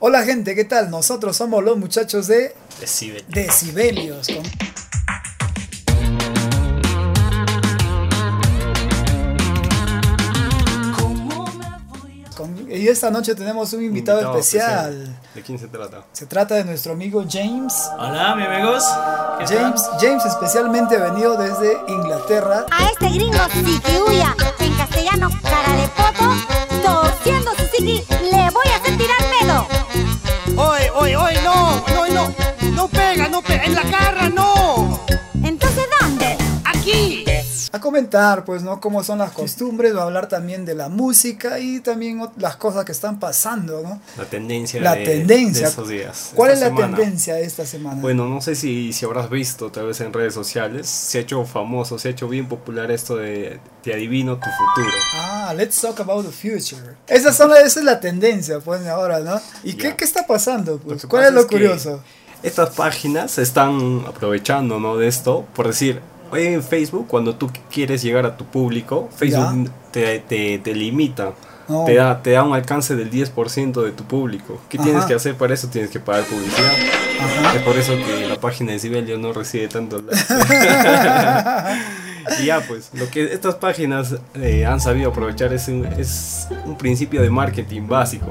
Hola gente, ¿qué tal? Nosotros somos los muchachos de Decibel. Decibelios. con- con- y esta noche tenemos un invitado, especial. pues, ¿De quién se trata? Se trata de nuestro amigo James. Hola, mis amigos. ¿Qué tal? James, James especialmente venido desde Inglaterra. A este gringo huya en castellano cara de poto, torciendo su psiqui, le voy a hacer tirar pedo. ¡Oye, oye, oye! ¡No! ¡No, no! ¡No pega, no pega! ¡En la cara, no! Entonces, ¿dónde? ¡Aquí! A comentar, pues, ¿no? Cómo son las costumbres, va a hablar también de la música y también ot- las cosas que están pasando, ¿no? La tendencia. La de, tendencia. de esos días. ¿Cuál es esta la semana. tendencia de esta semana? Bueno, no sé si, si habrás visto tal vez en redes sociales. Se ha hecho famoso, se ha hecho bien popular esto de te adivino tu futuro. Ah, let's talk about the future. Esa, son, la- esa es la tendencia, pues, ahora, ¿no? ¿Y qué, Ya. qué está pasando? Pues? que ¿Cuál pasa es lo es que- curioso? Estas páginas se están aprovechando, ¿no? De esto, por decir, en Facebook, cuando tú quieres llegar a tu público, Facebook te, te- te limita. No. Te, da, te da un alcance del 10% de tu público. ¿Qué Ajá. tienes que hacer para eso? Tienes que pagar publicidad. Ajá. Es por eso que la página de Sibelio no recibe tanto like. Y ya, pues, lo que estas páginas eh, han sabido aprovechar es un, es un principio de marketing básico.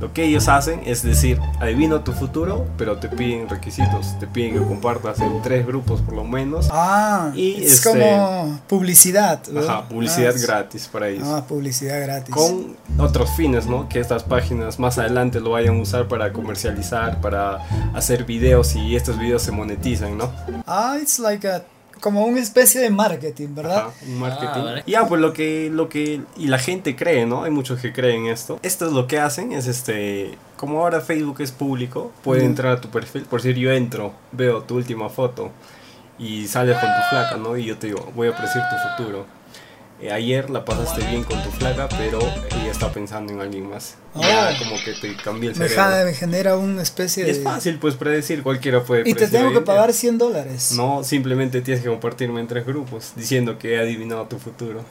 Lo que ellos hacen es decir, adivino tu futuro, pero te piden requisitos, te piden que compartas en tres grupos por lo menos. Ah, Y es este- como publicidad. ¿verdad? Ajá, publicidad Ah, gratis para ellos. Ah, publicidad gratis. Con otros fines, ¿no? Que estas páginas más adelante lo vayan a usar para comercializar, para hacer videos y estos videos se monetizan, ¿no? Ah, it's like a, como una especie de marketing, ¿verdad? Ajá, un marketing. Ah, vale. Y ya, pues lo que, lo que. Y la gente cree, ¿no? Hay muchos que creen esto. Esto es lo que hacen, es este. Como ahora Facebook es público, puede Ya. entrar a tu perfil. Por decir, yo entro, veo tu última foto y sales con tu flaca, ¿no? Y yo te digo, voy a predecir tu futuro. Eh, ayer la pasaste bien con tu flaca, pero ella está pensando en alguien más. Y ya, Oh. como que te cambia el Me, cerebro. ja- me genera una especie Y de... es fácil, pues predecir, cualquiera puede Y te predecir tengo hoy que en día. pagar 100 dólares. No, simplemente tienes que compartirme en tres grupos diciendo que he adivinado tu futuro.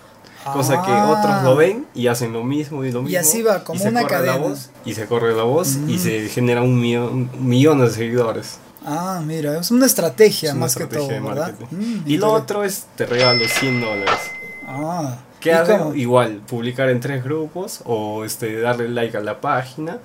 Cosa que Ah. otros lo ven y hacen lo mismo y lo mismo. así va, como y se una corre cadena. La voz, y se corre la voz y se genera un millón, millones de seguidores. Ah, mira, es una estrategia Es una más que estrategia todo, de ¿verdad? marketing. Mm, y lo interes- otro es te regalo 100 dólares. Ah, ¿Qué ¿y hago? cómo? Igual, publicar en tres grupos o este, darle like a la página.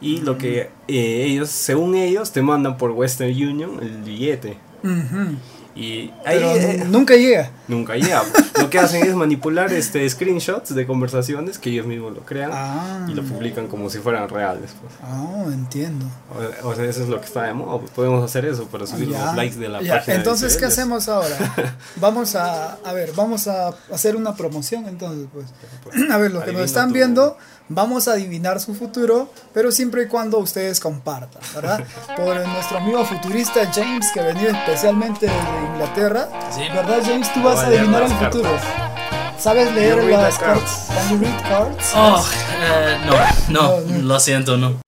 Y Mm. lo que eh, ellos, según ellos, te mandan por Western Union el billete. Ujú, Y ahí Pero eh, nu- nunca llega. Nunca llega. Lo que hacen es manipular este screenshots de conversaciones que ellos mismos lo crean Ah, y lo publican como si fueran reales. pues. ah, entiendo. O- O, sea, eso es lo que está de moda. pues, podemos hacer eso para subir Ah, Ya, los likes de la ya, página. de Entonces, ¿qué Cibeles. hacemos ahora? Vamos a, a ver, vamos a hacer una promoción entonces, pues. A ver, los que nos Adivina están tu- viendo, vamos a adivinar su futuro, pero siempre y cuando ustedes compartan, ¿verdad? Por nuestro amigo futurista James, que ha venido especialmente desde Inglaterra. Sí. ¿Verdad, James? Tú Va vas a a leer adivinar el las futuro. cartas. ¿Sabes leer You read las the cartas? cards. Can you read cards? Oh, eh, no, No, no, no. lo siento, no.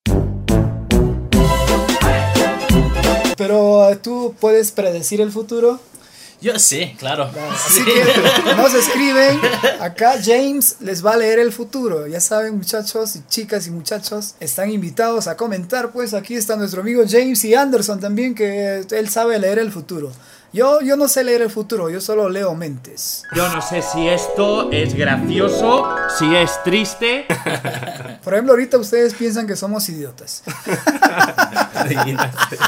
Pero eh, tú puedes predecir el futuro. Yo sí, claro. Así que nos escriben. Acá James les va a leer el futuro. Ya saben, muchachos y chicas y muchachos, están invitados a comentar. Pues aquí está nuestro amigo James y Anderson también, que él sabe leer el futuro. Yo, yo no sé leer el futuro, yo solo leo mentes. Yo no sé si esto es gracioso, si es triste. Por ejemplo, ahorita ustedes piensan que somos idiotas. Adivinaste.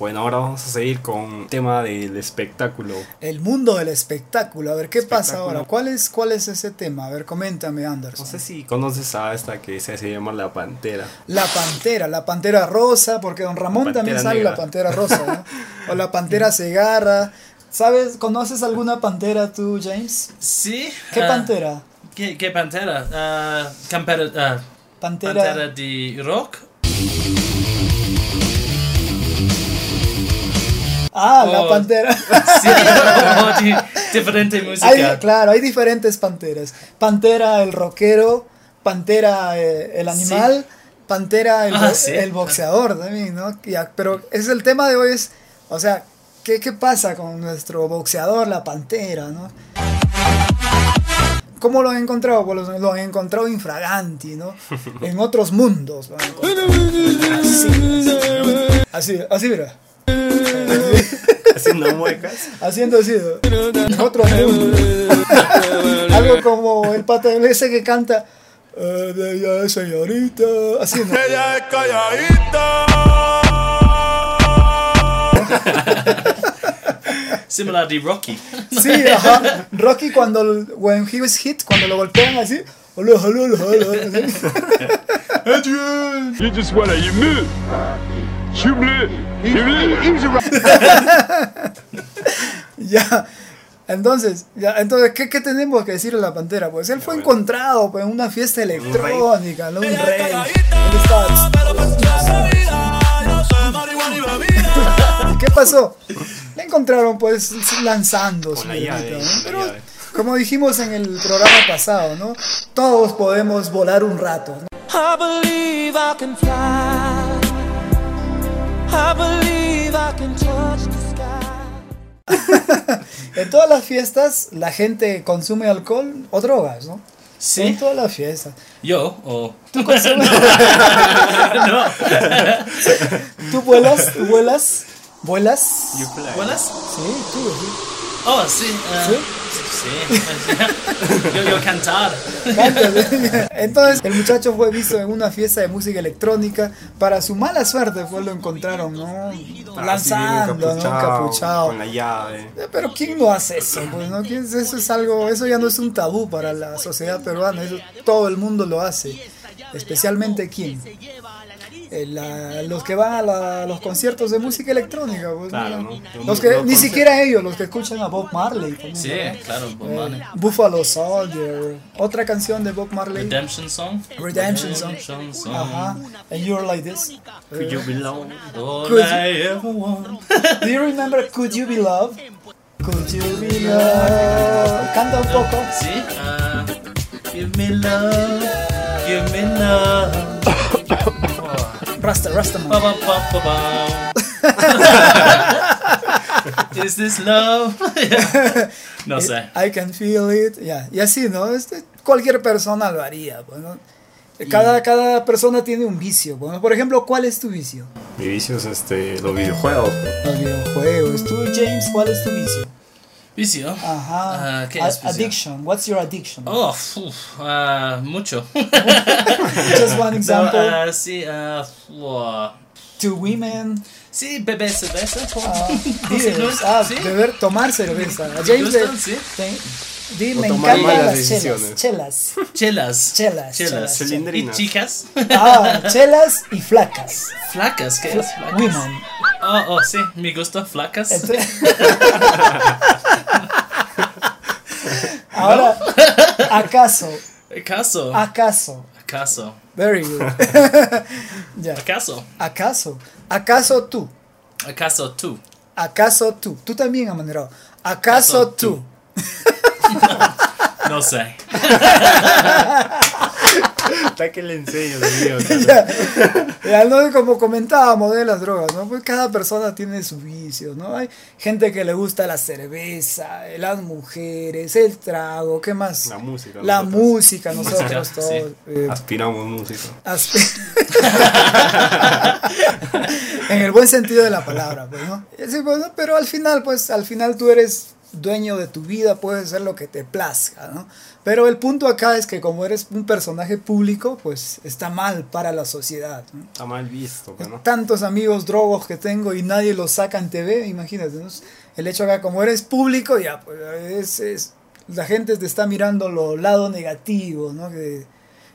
Bueno, ahora vamos a seguir con el tema del espectáculo. El mundo del espectáculo. A ver, ¿qué pasa Espectáculo. ahora? ¿Cuál es, ¿Cuál es ese tema? A ver, coméntame, Anderson. No sé si conoces a esta que se hace llamar la pantera. La pantera, la pantera rosa, porque don Ramón La también pantera sabe negra. la pantera rosa, ¿no? O la pantera cegarra. ¿Sabes? ¿Conoces alguna pantera tú, James? Sí. ¿Qué ah, pantera? ¿Qué, qué pantera? Ah, campera, ah, Pantera. pantera de rock. Ah, Oh. la pantera. Sí, o de diferente Hay- música. claro, hay diferentes panteras. Pantera el rockero, pantera eh, el animal, pantera el, Ah, bo- sí. el boxeador también, ¿no? Ya, pero es el tema de hoy es, o sea, ¿qué, qué pasa con nuestro boxeador, la pantera, ¿no? ¿Cómo lo han encontrado? Pues lo, lo han encontrado infraganti, ¿no? En otros mundos. lo han encontrado. Así, así mira. haciendo muecas. Haciendo así. Otro mundo. Algo como el pata del ese que canta. "Eh, Bella señorita. Así ¿no? Similar to Rocky. Sí, ajá. Rocky cuando. When he was hit, cuando lo golpean así. "Hola, hola, hola, hola", así. You just wanna, you move. You move. You move. Ya. Entonces, ya, entonces ¿qué, qué tenemos que decir a la pantera? Pues él fue encontrado pues, en una fiesta electrónica, ¿no? Un rey. Él estaba- ¿Qué pasó? Le encontraron pues lanzando su Con la piernita, llave, ¿no? con la Pero, llave. como dijimos en el programa pasado, ¿no? Todos podemos volar un rato, ¿no? En todas las fiestas la gente consume alcohol o drogas, ¿no? En Sí. todas las fiestas. Yo o. ¿Tú vuelas? ¿Tú vuelas? ¿Vuelas? You fly. ¿Buenas? Sí, tú, sí. Oh, sí. eh, ¿Sí? sí. yo, yo cantar. Cántale. Entonces el muchacho fue visto en una fiesta de música electrónica. Para su mala suerte fue lo encontraron, ¿no? Así bien Lanzando, ¿no? Encapuchado. Con la llave. Eh, Pero ¿quién no hace eso? Pues, ¿no? ¿Quién- Eso es algo, eso ya no es un tabú para la sociedad peruana, eso todo el mundo lo hace. Especialmente quién? Eh, la- los que van a la- los conciertos de música electrónica, pues, Claro, ¿no? ¿no? los que Los ni conce- siquiera ellos, los que escuchan a Bob Marley, también, Sí, ¿no? claro, Bob Eh, Marley. Buffalo Soldier, otra canción de Bob Marley, Redemption Song. Redemption Song. Redemption Song. Ajá, And You're Like This. Could you belong? All Could- I ever want. Do you remember Could You Be Loved? Could You Be Loved? Canta un poco. Sí. ah, give me love. Give me love. Rasta, Rastaman. Ba, ba, ba, ba, ba. Is this love? no sé. Eh, I can feel it. ya Y así, ¿no? Este, cualquier persona lo haría. pues, ¿no? Cada, cada persona tiene un vicio. pues, ¿no? Por ejemplo, ¿cuál es tu vicio? Mi vicio es este, los videojuegos. Los videojuegos. Tú, James, ¿cuál es tu vicio? Vicio. Ajá. Ah, ¿Qué A- es vicio? addiction. What's your addiction? Oh, uf, ah, mucho. Just one No, example. ah, sí, ah, wow. to women. sí, beber cerveza. por- ah, Sí, ¿no? beers, ah, Sí. beber, tomar cerveza. A James le... gustan? Sí. te- Di, O me tomar encantan malas las chelas. decisiones. Chelas. Chelas. Chelas, chelas, Chelas. Y Cilindrinas. chicas. Ah, chelas y flacas. Flacas, ¿qué es? Flacas. Women. Oh, oh, sí, me gusta flacas. Entre- Ahora, acaso, ¿Acaso? acaso, ¿Acaso? very good. Ya, ¿Acaso? acaso, acaso tú, ¿Acaso tú? acaso tú, tú también amanerado, acaso Acaso tú, No sé. Hasta que le enseño, Dios mío. claro. Ya, ¿no? Eh, como comentábamos de las drogas, ¿no? Pues cada persona tiene su vicio, ¿no? Hay gente que le gusta la cerveza, eh, las mujeres, el trago, ¿qué más? La música, La nosotros. Ah. música, nosotros sí. todos. eh, Aspiramos música. Aspe- en el buen sentido de la palabra, pues, ¿no? Sí, pues, ¿no? Pero al final, pues, al final tú eres dueño de tu vida, puedes hacer lo que te plazca, ¿no? Pero el punto acá es que como eres un personaje público, pues está mal para la sociedad. ¿no? Está mal visto, pues, ¿no? Tantos amigos drogos que tengo y nadie los saca en TV, imagínate, ¿no? El hecho acá, como eres público, ya, pues es, es- la gente te está mirando lo lado negativo, ¿no? Que,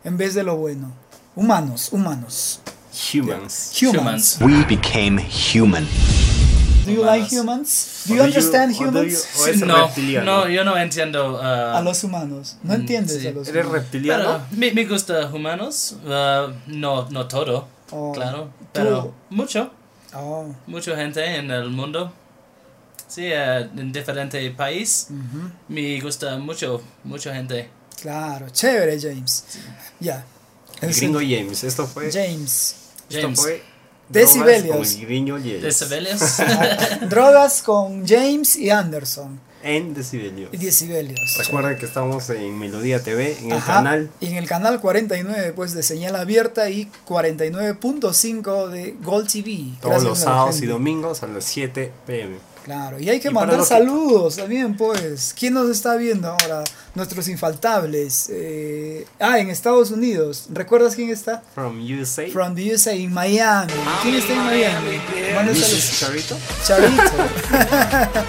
en vez de lo bueno. Humanos, humanos. Humans. Humans. We became human. Do you like humans? Do you Or do you- understand or do you- humans? O es no, reptiliano. no, yo no entiendo. ah, A los humanos. No entiendes sí. a los Mm, ¿Eres humanos. pero reptiliano? me, me gusta humanos. ah, no, no todo. Oh, claro. tú- Pero mucho. Oh, Mucha gente en el mundo. Sí, eh, en diferente país. Me gusta mucho, mucha gente. claro. Chévere, James. Ya. El Es- gringo James. Esto fue. James. Esto James. fue. Decibelios. drogas con El gringo Ah, James. ¿De Sebelius? Drogas con James y Anderson. en decibelios. Decibelios. Recuerden que estamos en Melodía TV, en el Ajá, canal. Y en el canal 49 pues, de señal abierta y 49.5 de Gold TV. Todos Gracias los a la sábados y gente. domingos a las 7 pm. Claro, y hay que Y para mandar los que- saludos también, pues. ¿Quién nos está viendo ahora? Nuestros infaltables. eh, ah, en Estados Unidos. ¿Recuerdas quién está? From USA. From the USA, en Miami. ¿Quién está en Miami? Manda Mrs. saludos. Charito. Charito.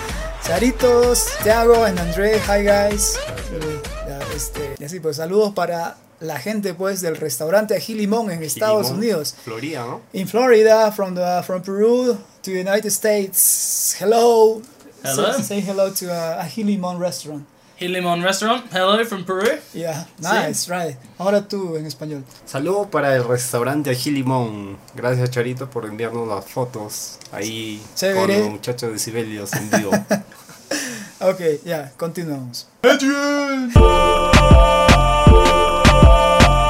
Charitos, Thiago, and André, hi guys. Y, ya, este, y así pues, saludos para la gente pues del restaurante Ají Limón en Estados Limón, Unidos. Florida, ¿no? In Florida, from the from Peru to the United States. Hello. Hello. Say, say hello to uh, Ají Limón restaurant. Hilimon Restaurant, hello from Peru. Yeah, nice, right. Ahora tú en español. Saludo para el restaurante Ají Limón. Gracias, Charito, por enviarnos las fotos ahí Chévere. con los muchachos de Sibelius en vivo. Ok, ya, continuamos.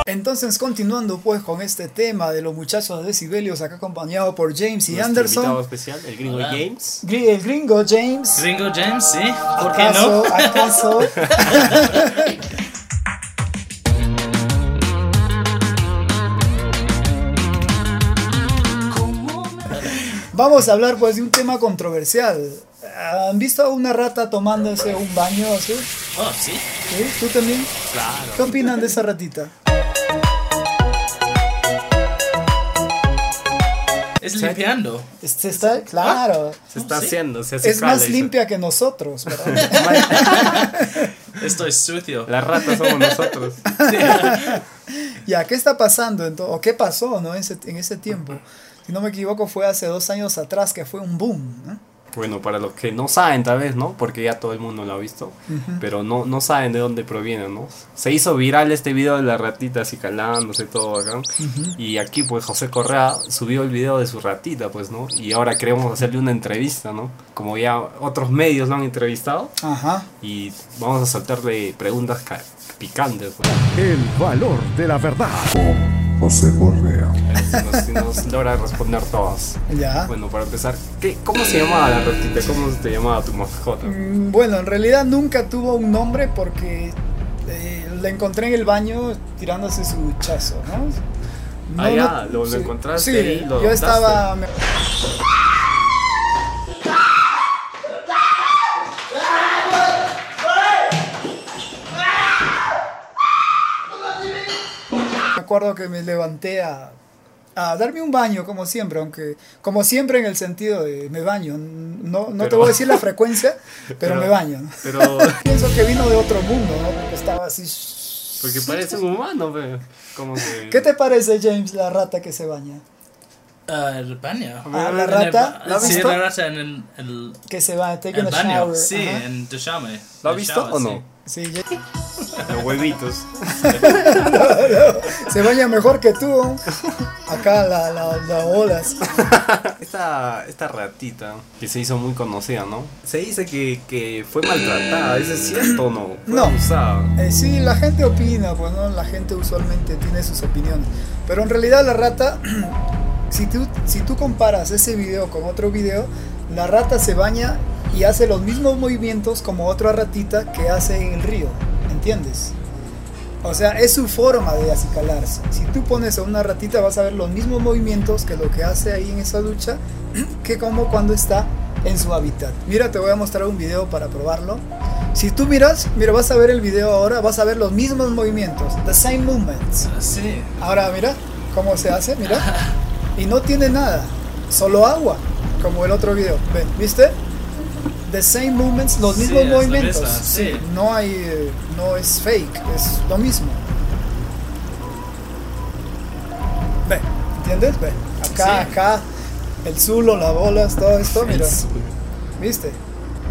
Entonces, continuando pues con este tema de los muchachos de Sibelius, acá acompañado por James y Nuestro invitado Anderson. especial, el gringo Hola. James. Gri- El gringo James. Gringo James, sí. ¿Por qué ¿Acaso? no? ¿Acaso? Vamos a hablar pues de un tema controversial. ¿Han visto a una rata tomándose un baño así? Oh, sí. ¿Sí? ¿Tú también? Claro. ¿Qué opinan de esa ratita? Es limpiando. Se Ah, está, claro. Se está sí. haciendo, se hace Es más cala, limpia que nosotros, ¿verdad? Estoy sucio. Las ratas somos nosotros. Ya, ¿qué está pasando ento- o qué pasó ¿no? en, ese, en ese tiempo? Si no me equivoco, fue hace dos años atrás que fue un boom. ¿no? Bueno, para los que no saben tal vez, ¿no? Porque ya todo el mundo lo ha visto, pero no, no saben de dónde proviene, ¿no? Se hizo viral este video de la ratita así calándose todo acá. Y aquí pues José Correa subió el video de su ratita, pues, ¿no? Y ahora queremos hacerle una entrevista, ¿no? Como ya otros medios lo han entrevistado Ajá. y vamos a saltarle preguntas ca- picantes, pues. El valor de la verdad. José Correa. Si nos, si nos logra responder todas. Ya. Bueno, para empezar, ¿qué, ¿cómo se llamaba la ratita? ¿Cómo te llamaba tu mascota? Mm, Bueno, en realidad nunca tuvo un nombre porque eh, la encontré en el baño tirándose su chazo, ¿no? No, Ah, ya, lo- lo sí. encontraste Sí, ahí, lo yo adoptaste. estaba... me- Me acuerdo que me levanté a, a darme un baño, como siempre, aunque como siempre en el sentido de me baño. No, no te Pero- voy a decir la frecuencia, pero, Pero- me baño. ¿no? Pero Pienso que vino de otro mundo, ¿no? Porque estaba así. Porque parece un humano, pero como que... ¿Qué te parece, James, la rata que se baña? Ah, el baño. Ah, la En el rata, ba- ¿la has sí, visto? la rata en el, el- Que se baña, taking el a baño. shower. Sí, ajá. en ducharme. ¿Lo has El visto shower, o sí. no? Sí, ya- Los huevitos. se baña mejor que tú. ¿no? Acá la, la, la olas. Esta, esta ratita que se hizo muy conocida, ¿no? Se dice que, que fue maltratada, ¿eso es cierto o no? Fue No. abusada. Eh, sí, la gente opina, pues no, la gente usualmente tiene sus opiniones. Pero en realidad la rata, si tú, si tú comparas ese video con otro video, la rata se baña y hace los mismos movimientos como otra ratita que hace en el río, ¿entiendes? O sea, es su forma de acicalarse. Si tú pones a una ratita vas a ver los mismos movimientos que lo que hace ahí en esa ducha, que como cuando está en su hábitat. Mira, te voy a mostrar un video para probarlo. Si tú miras, mira, vas a ver el video ahora, vas a ver los mismos movimientos, the same movements. Ah, Sí. Ahora mira cómo se hace, mira. Y no tiene nada, solo agua, como el otro video. Ven, ¿viste? The same movements, los Sí, mismos es la movimientos. misma, sí. No hay, eh, no es fake, es lo mismo. Ve, ¿entiendes? Ve, acá, Sí. acá, el zulo, las bolas, todo esto, mira. ¿Viste?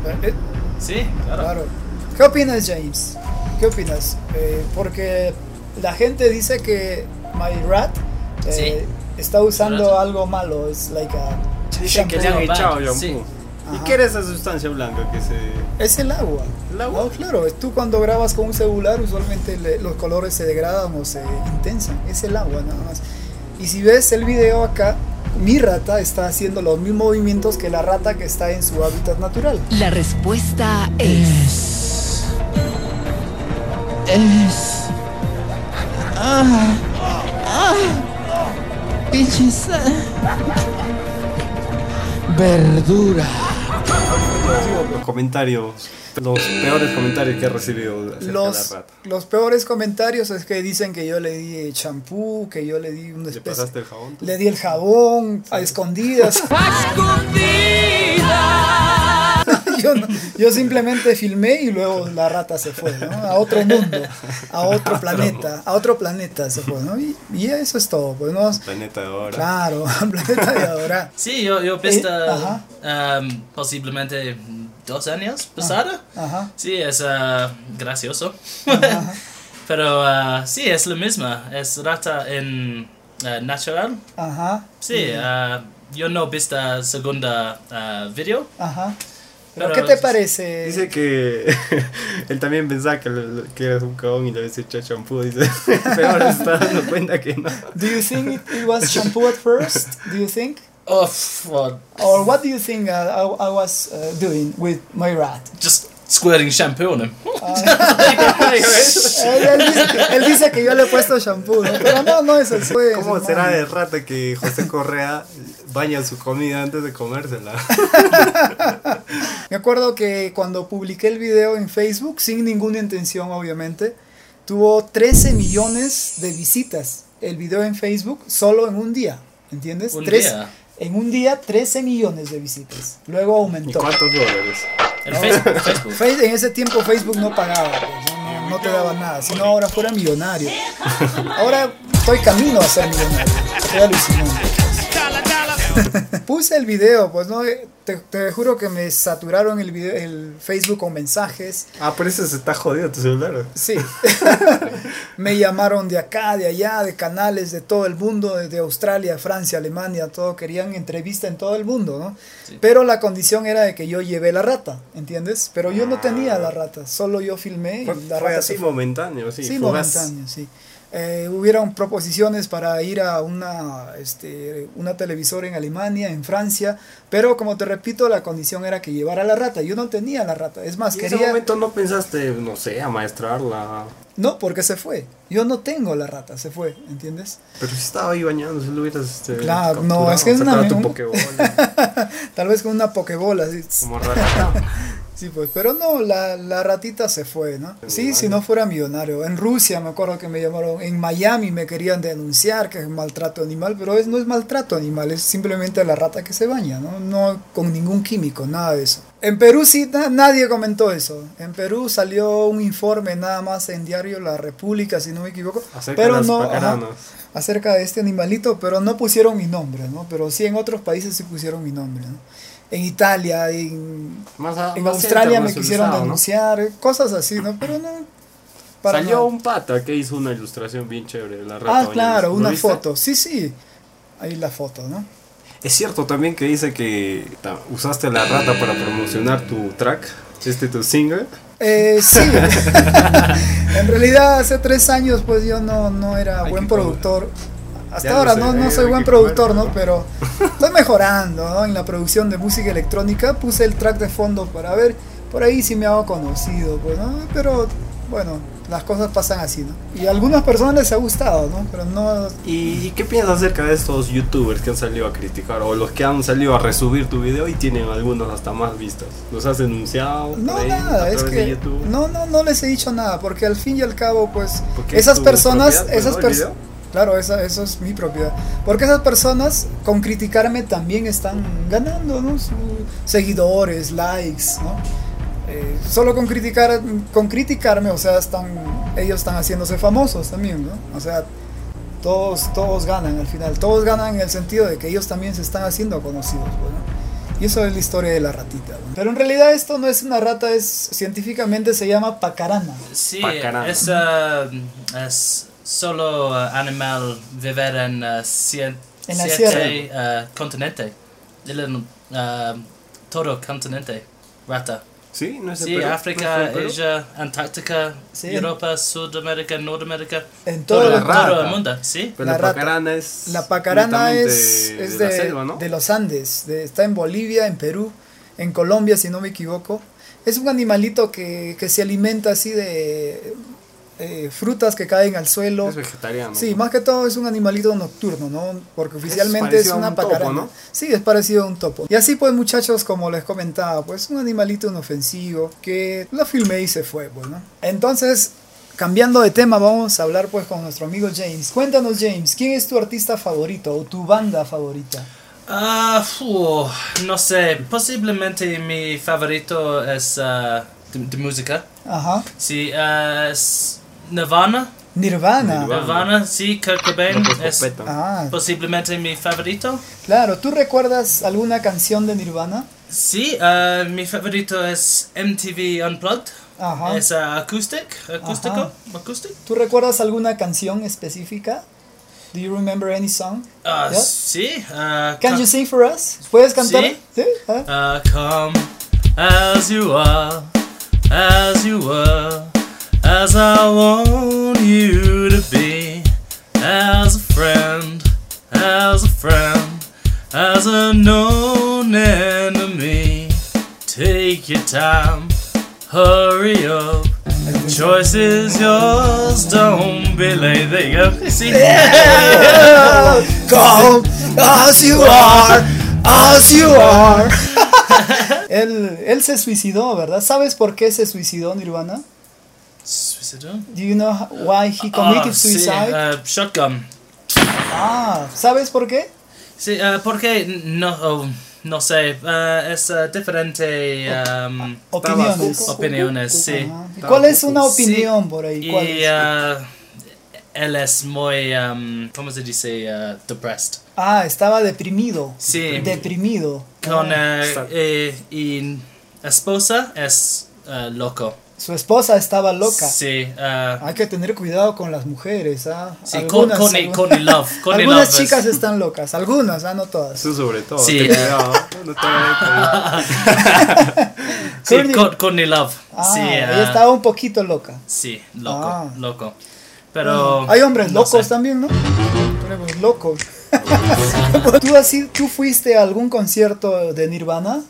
Ve, eh, Sí, claro. Claro. ¿Qué opinas, James? ¿Qué opinas? Eh, porque la gente dice que My Rat eh, está usando Rat. algo malo. Es like a Dicen que le han Shampoo. echado shampoo. Sí. ¿Y Ajá. qué era esa sustancia blanca que se...? Es el agua. ¿El agua? No, claro, tú cuando grabas con un celular usualmente le- los colores se degradan o se intensan. Es el agua nada más. Y si ves el video acá, mi rata está haciendo los mismos movimientos que la rata que está en su hábitat natural. La respuesta es. Es. Ah. Ah. Pinches. Verdura. Los comentarios, los peores comentarios que he recibido acerca Los, de la rata. los peores comentarios es que dicen que yo le di eh, champú, que yo le di una ¿Le especie. pasaste el jabón? tú? Le di el jabón a escondidas. yo, no- yo simplemente filmé y luego la rata se fue, ¿no? A otro mundo, a otro planeta, a otro planeta se fue, ¿no? Y, y eso es todo, pues no. Planeta de ahora. Claro, planeta de ahora. Sí, yo, yo pista Eh, ajá. um, posiblemente dos años pasada. Ajá. Sí, es ah, gracioso. Pero ah, sí, es lo mismo. Es rata en ah, natural. Ajá, Sí, ah, yo no vista segunda ah, video. ajá. ¿Pero, Pero- qué te parece? Dice que él también pensaba que, lo- que eras un cabón y le habías hecho champú. Dice, pero ahora se está dando cuenta que no. Do you think it, it was shampoo at first? Do you think? Oh, f- well, Or what do you think uh, I, I was uh, doing with my rat? just squirting shampoo on him. Uh, Él, Eh, él dice, él dice que yo le he puesto shampoo, ¿no? pero no, no es así. pues, ¿Cómo hermano. será de rata que José Correa baña su comida antes de comérsela? Me acuerdo que cuando publiqué el video en Facebook, sin ninguna intención obviamente, tuvo 13 millones de visitas el video en Facebook solo en un día, ¿entiendes? Un Tres- día. En un día 13 millones de visitas, luego ¿Y aumentó. cuántos dólares? El Facebook. Facebook. Fe- En ese tiempo Facebook no pagaba, pues, no, no- no te daba nada, si no ahora fuera millonario. Ahora estoy camino a ser millonario, estoy alucinante. Chala, chala. Puse el video, pues no, te, te juro que me saturaron el, video, el Facebook con mensajes. Ah, por eso se está jodido tu celular. Sí, me llamaron de acá, de allá, de canales de todo el mundo, desde Australia, Francia, Alemania, todo, querían entrevista en todo el mundo, ¿no? Pero la condición era de que yo llevé la rata, ¿entiendes? Pero yo no tenía la rata, solo yo filmé y Fue, la fue rata así se fue. momentáneo, sí. Sí, fugaz. momentáneo, sí. Eh, hubieron proposiciones para ir a una, este, una televisora en Alemania, en Francia, pero como te repito, la condición era que llevara la rata. Yo no tenía la rata. Es más, Y en ese quería... momento no pensaste, no sé, amaestrarla. No, porque se fue. Yo no tengo la rata, se fue, ¿entiendes? Pero si estaba ahí bañando, si lo hubieras. este, Claro, no, capturado, es que es una- sacado tu un- pokebola, Tal vez con una pokebola, así. como rata. Sí, pues, pero no, la, la ratita se fue, ¿no? Sí, si no fuera millonario. En Rusia me acuerdo que me llamaron, en Miami me querían denunciar que es maltrato animal, pero es, no es maltrato animal, es simplemente la rata que se baña, ¿no? No con ningún químico, nada de eso. En Perú sí, na- nadie comentó eso. En Perú salió un informe nada más en diario La República, si no me equivoco, Acerca de pero las no... ajá, pacaranas. acerca de este animalito, pero no pusieron mi nombre, ¿no? Pero sí en otros países sí pusieron mi nombre, ¿no? En Italia, en Más a- en más Australia me quisieron internacionalizado, ¿no? denunciar, eh, cosas así, ¿no? Pero no. para Salió nada. un pata que hizo una ilustración bien chévere de la rata. Ah, bañándose. claro, ¿Lo una viste? foto. Sí, sí. Ahí la foto, ¿no? Es cierto también que dice que ta, usaste la rata para promocionar tu track, este tu single. Eh, sí. en realidad, hace tres años, pues yo no, no era Hay buen que comer. productor. Hasta Ya lo ahora sé, no, no eh, soy hay buen que comer, productor, ¿no? ¿no? Pero estoy mejorando, ¿no? En la producción de música electrónica puse el track de fondo para ver por ahí si me hago conocido, pues, ¿no? Pero bueno, las cosas pasan así, ¿no? Y a algunas personas les ha gustado, ¿no? Pero no ¿Y, y qué piensas acerca de estos youtubers que han salido a criticar o los que han salido a resubir tu video y tienen algunos hasta más vistas? ¿Los has denunciado? No, por ahí nada, a es través de que YouTube? no, no, no les he dicho nada, porque al fin y al cabo, pues, Porque es esas tu personas, propiedad, pues, esas ¿no? El personas, video. claro, esa, eso es mi propiedad, porque esas personas con criticarme también están ganando, ¿no? Su- seguidores, likes, ¿no? Eh, solo con criticar, con criticarme, o sea, están, ellos están haciéndose famosos también, ¿no? O sea, todos, todos ganan al final, todos ganan en el sentido de que ellos también se están haciendo conocidos, pues, ¿no? Y eso es la historia de la ratita. ¿no? Pero en realidad esto no es una rata, es científicamente se llama pacarana. Sí, Pacarana. es, ah, es solo ah, animal vivir en, ah, cien- En la siete uh, ah, continente. El, ah, todo continente. um, Rata. Sí, no es de Sí, Perú, África, no es de Perú. Asia, Antártica, Sí. Europa, Sudamérica, Norteamérica. En todo todo, el- todo el rata. mundo, sí. Pero La la, rata. pacarana es. La pacarana netamente es, es de, de, la selva, ¿no? de los Andes, de- está en Bolivia, en Perú, en Colombia, si no me equivoco. Es un animalito que, que se alimenta así de eh, frutas que caen al suelo. Es vegetariano. Sí, más que todo es un animalito nocturno, ¿no? Porque oficialmente es, parecido a una un topo, pacarana. ¿no? Sí, es parecido a un topo. Y así pues, muchachos, como les comentaba, pues un animalito inofensivo que lo filmé y se fue, pues, ¿no? Entonces, cambiando de tema, vamos a hablar pues con nuestro amigo James. Cuéntanos, James, ¿quién es tu artista favorito o tu banda favorita? Ah, fu, no sé, posiblemente mi favorito es ah, de, de música. Ajá. Sí, ah, es Nirvana. Nirvana. Nirvana. Nirvana, sí, Kurt Cobain López es Popeta. Ah, posiblemente mi favorito. claro. ¿Tú recuerdas alguna canción de Nirvana? Sí, ah, mi favorito es MTV Unplugged. Ajá. Es ah, acoustic, acústico, acoustic. ¿Tú recuerdas alguna canción específica? Do you remember any song? Ah, ¿Ya? sí. ah, Can you sing for us? ¿Puedes cantar? Sí. Ah. Uh, come as you are, as you were, as I want you to be, as a friend, as a friend, as a known enemy. Take your time, hurry up. The choice is yours, don't be late. There you go. See? Come as you are, as you are. él, él se suicidó, ¿verdad? ¿Sabes por qué se suicidó Nirvana? Suicidal? Do you know why he Ah, committed sí, suicide? uh, shotgun. Ah, ¿sabes por qué? Sí, eh, porque no, oh, no sé, eh, es eh, diferente um, Opiniones. opiniones, sí. Ah, ¿y ¿Cuál es una opinión Sí, por ahí? Y ¿Cuál es? eh, él es muy, um, ¿cómo se dice? eh, depressed. Ah, estaba deprimido. Sí. Deprimido. Con, Ah, eh, Sad. eh, y esposa es eh, loco. Su esposa estaba loca. Ah, Sí, eh, Hay que tener cuidado con las mujeres, ¿ah? Sí, con- con- algu- con el love, con el algunas love es- chicas están locas, algunas, ah, no todas. Eso sobre todo. Sí. ten cuidado, no te vayas a sí, Courtney- con, Courtney Love. Ah, sí, eh, ella estaba un poquito loca. sí, loco, Ah. loco. Pero... Hay hombres no locos sé. también, ¿no? Tenemos locos. ¿Tú, así, ¿Tú fuiste a algún concierto de Nirvana?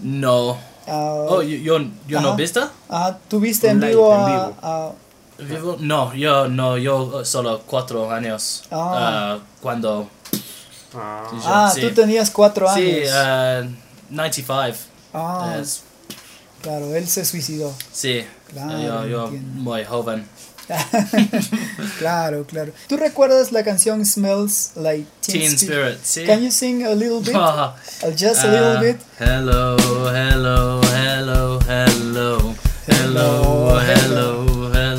No. Ah, Oh, yo, yo, yo no Ajá. viste? ah, ¿Tú viste en Live, vivo, en a- vivo. a- Vivo- No, yo no, yo uh, solo cuatro años Ah. ah, cuando... Ah. Ah, sí. tú tenías cuatro años. Sí, ah, 95. ah, es- claro, él se suicidó. sí, Claro, yo, yo entiendo. muy joven. claro, claro. ¿Tú recuerdas la canción Smells Like Teen, Teen Spirit? Spirit, sí. Can you sing a little bit? Ah, Uh, Just a little ah, bit. Hello, hello, hello, hello. Hello, Hello, hello, hello.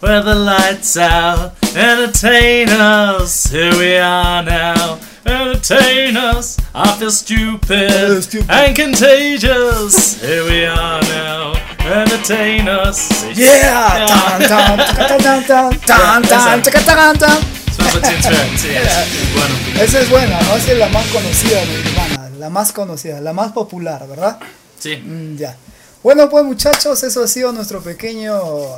Where the lights out, entertain us. Here we are now. Entertain us. I feel feel stupid, stupid. and contagious. Here we are now. Entertain us. Yeah! Tan, tan, tacatan, tan, tan, tan, tacatan, tan. Smells like Teen Spirit, sí, es bueno. Esa es buena, ¿no? Esa es la más conocida de Nirvana, la más conocida, la más popular, ¿verdad? Sí. Mm, ya. Bueno, pues muchachos, eso ha sido nuestro pequeño eh,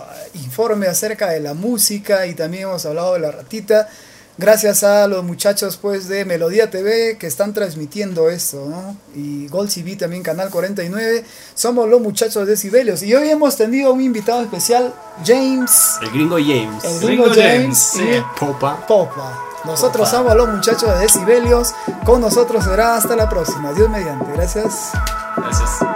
informe acerca de la música y también hemos hablado de la ratita. Gracias a los muchachos pues de Melodía TV que están transmitiendo esto, ¿no? Y Gold TV también, Canal 49. Somos los muchachos de Sibelius. Y hoy hemos tenido un invitado especial, James El gringo James. El gringo James, sí. sí. Popa. Popa. Nosotros Popa. somos los muchachos de Sibelius. Con nosotros será hasta la próxima. Dios mediante. Gracias. Gracias.